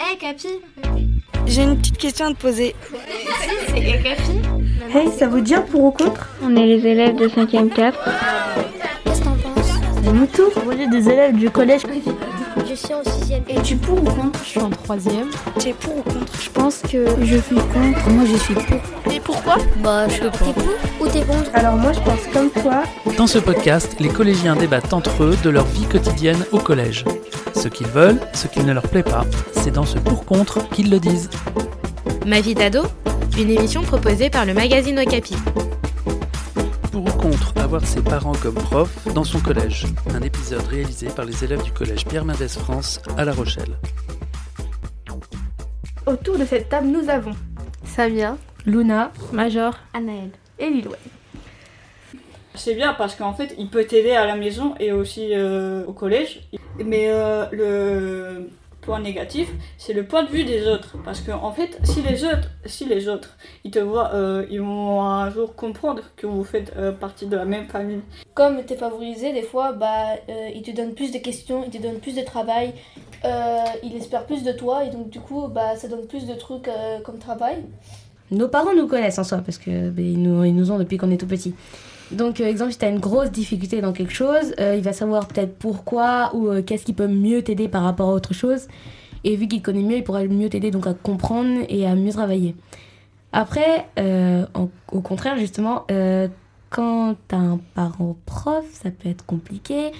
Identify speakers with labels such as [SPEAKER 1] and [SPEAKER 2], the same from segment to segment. [SPEAKER 1] Hey Eh, Capi
[SPEAKER 2] J'ai une petite question à te poser.
[SPEAKER 1] C'est Capi
[SPEAKER 2] Hey, ça veut dire pour ou contre
[SPEAKER 3] On est les élèves de 5e 4.
[SPEAKER 1] Qu'est-ce que t'en penses
[SPEAKER 2] C'est mon tour. des élèves du collège.
[SPEAKER 1] Je suis en 6ème. Et tu pour ou contre
[SPEAKER 4] Je suis en troisième.
[SPEAKER 2] T'es pour ou contre
[SPEAKER 3] Je pense que je suis contre. Moi, je suis pour.
[SPEAKER 4] Et pourquoi
[SPEAKER 3] Bah, je sais pas.
[SPEAKER 1] T'es pour ou t'es contre
[SPEAKER 2] Alors moi, je pense comme toi.
[SPEAKER 5] Dans ce podcast, les collégiens débattent entre eux de leur vie quotidienne au collège. Ce qu'ils veulent, ce qui ne leur plaît pas, c'est dans ce pour-contre qu'ils le disent.
[SPEAKER 6] Ma vie d'ado, une émission proposée par le magazine Okapi.
[SPEAKER 5] Pour ou contre avoir ses parents comme prof dans son collège. Un épisode réalisé par les élèves du collège Pierre Mendès France à La Rochelle.
[SPEAKER 7] Autour de cette table, nous avons Samia,
[SPEAKER 4] Luna. Major.
[SPEAKER 1] Anaël.
[SPEAKER 7] et Lilouane.
[SPEAKER 8] C'est bien parce qu'en fait, il peut t'aider à la maison et aussi euh, au collège. Mais euh, le point négatif, c'est le point de vue des autres. Parce que en fait, si les autres, si les autres, ils te voient, euh, ils vont un jour comprendre que vous faites euh, partie de la même famille.
[SPEAKER 9] comme t'es favorisé, des fois, bah, euh, il te donne plus de questions, il te donne plus de travail, euh, il espère plus de toi, et donc du coup, bah, ça donne plus de trucs euh, comme travail.
[SPEAKER 10] Nos parents nous connaissent en soi parce que ben, ils, nous, ils nous ont depuis qu'on est tout petit. Donc, euh, exemple, si tu as une grosse difficulté dans quelque chose, euh, il va savoir peut-être pourquoi ou euh, qu'est-ce qui peut mieux t'aider par rapport à autre chose. Et vu qu'il te connaît mieux, il pourra mieux t'aider donc à comprendre et à mieux travailler. Après, euh, en- au contraire, justement, euh, quand tu as un parent prof, ça peut être compliqué.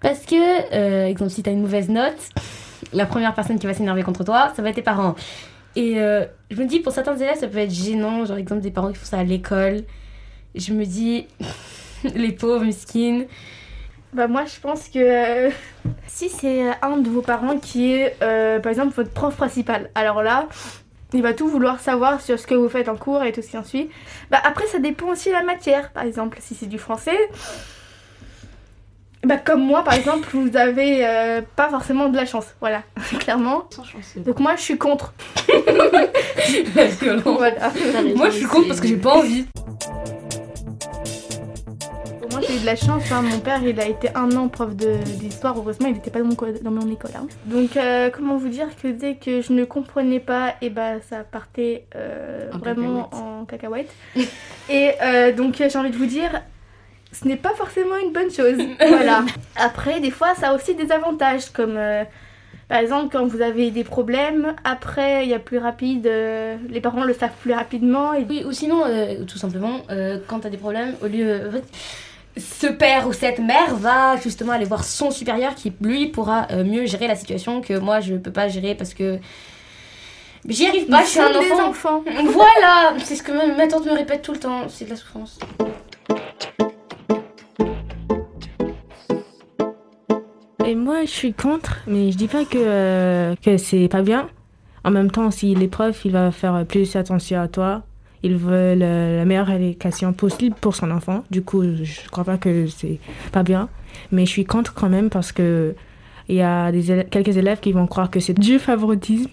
[SPEAKER 10] Parce que, euh, exemple, si tu as une mauvaise note, la première personne qui va s'énerver contre toi, ça va être tes parents. Et euh, je me dis, pour certains élèves, ça peut être gênant. Genre, exemple, des parents qui font ça à l'école. Je me dis, les pauvres, mesquines.
[SPEAKER 7] Bah moi je pense que euh, si c'est euh, un de vos parents qui est euh, par exemple votre prof principal, alors là il va tout vouloir savoir sur ce que vous faites en cours et tout ce qui en suit. Bah après ça dépend aussi de la matière, par exemple si c'est du français. Bah comme moi par exemple vous avez euh, pas forcément de la chance, voilà, clairement.
[SPEAKER 4] Sans chance.
[SPEAKER 7] Donc moi je suis contre.
[SPEAKER 10] Moi,
[SPEAKER 7] Voilà.
[SPEAKER 10] je suis con parce que j'ai pas envie.
[SPEAKER 7] Pour moi, j'ai eu de la chance. hein. Mon père, il a été un an prof de- d'histoire. Heureusement, il n'était pas dans mon, co- dans mon école. hein. Donc, euh, comment vous dire que dès que je ne comprenais pas, et ben ça partait euh,
[SPEAKER 4] En
[SPEAKER 7] vraiment en cacahuète. et euh, donc, euh, j'ai envie de vous dire. Ce n'est pas forcément une bonne chose. Voilà. Après, des fois, ça a aussi des avantages, comme euh, par exemple quand vous avez des problèmes. Après, il y a plus rapide. euh, les parents le savent plus rapidement. Et
[SPEAKER 10] Oui, ou sinon, euh, tout simplement, euh, quand t'as des problèmes, au lieu. en fait, ce père ou cette mère va justement aller voir son supérieur qui, lui, pourra euh, mieux gérer la situation que moi, je peux pas gérer parce que. J'y arrive pas, Ah, je suis un
[SPEAKER 7] Nous sommes des
[SPEAKER 10] enfant.
[SPEAKER 7] enfants.
[SPEAKER 10] Voilà C'est ce que ma, ma tante me répète tout le temps, c'est de la souffrance.
[SPEAKER 11] Et moi, je suis contre, mais je dis pas que, euh, que c'est pas bien. En même temps, si les profs, il va faire plus attention à toi. Ils veulent euh, la meilleure éducation possible pour son enfant. Du coup, je crois pas que c'est pas bien. Mais je suis contre quand même parce que il y a des élè- quelques élèves qui vont croire que c'est du favoritisme.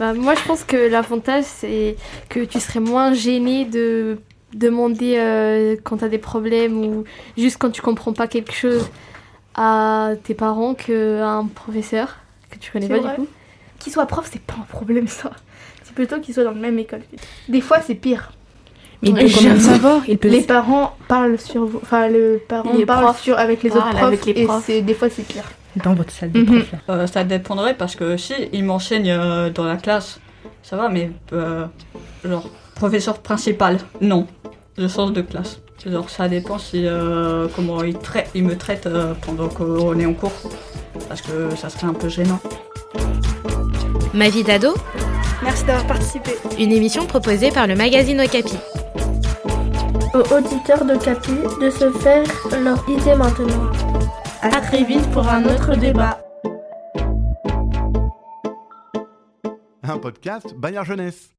[SPEAKER 12] Bah, moi, je pense que l'avantage, c'est que tu serais moins gêné de demander euh, quand tu as des problèmes ou juste quand tu comprends pas quelque chose à tes parents qu'à un professeur que tu connais
[SPEAKER 7] C'est
[SPEAKER 12] pas
[SPEAKER 7] vrai.
[SPEAKER 12] du coup.
[SPEAKER 7] Qu'il soit prof, c'est pas un problème ça. C'est plutôt qu'il soit dans la même école. Des fois, c'est pire.
[SPEAKER 11] Mais il
[SPEAKER 7] Ouais,
[SPEAKER 11] peut quand même
[SPEAKER 7] j'avoue.
[SPEAKER 11] savoir. Il peut
[SPEAKER 7] Les parents parlent sur vous, enfin le parent
[SPEAKER 12] Les
[SPEAKER 7] parle
[SPEAKER 12] profs
[SPEAKER 7] sur avec les autres
[SPEAKER 12] parlent
[SPEAKER 7] profs,
[SPEAKER 12] avec les
[SPEAKER 7] et
[SPEAKER 12] profs.
[SPEAKER 7] c'est des fois c'est pire.
[SPEAKER 11] dans votre salle de
[SPEAKER 7] Mhm.
[SPEAKER 11] prof. là.
[SPEAKER 8] Euh, ça dépendrait parce que si il m'enseigne euh, dans la classe, ça va, mais euh, genre professeur principal, non, le sens de classe. Genre ça dépend si euh, comment il, trai- il me traite euh, pendant qu'on est en cours, parce que ça serait un peu gênant.
[SPEAKER 6] Ma vie d'ado,
[SPEAKER 2] Merci d'avoir participé.
[SPEAKER 6] une émission proposée par le magazine Okapi.
[SPEAKER 9] Aux auditeurs de Capu de se faire leur idée maintenant.
[SPEAKER 11] À très vite pour un autre débat.
[SPEAKER 13] Un podcast Bayard Jeunesse.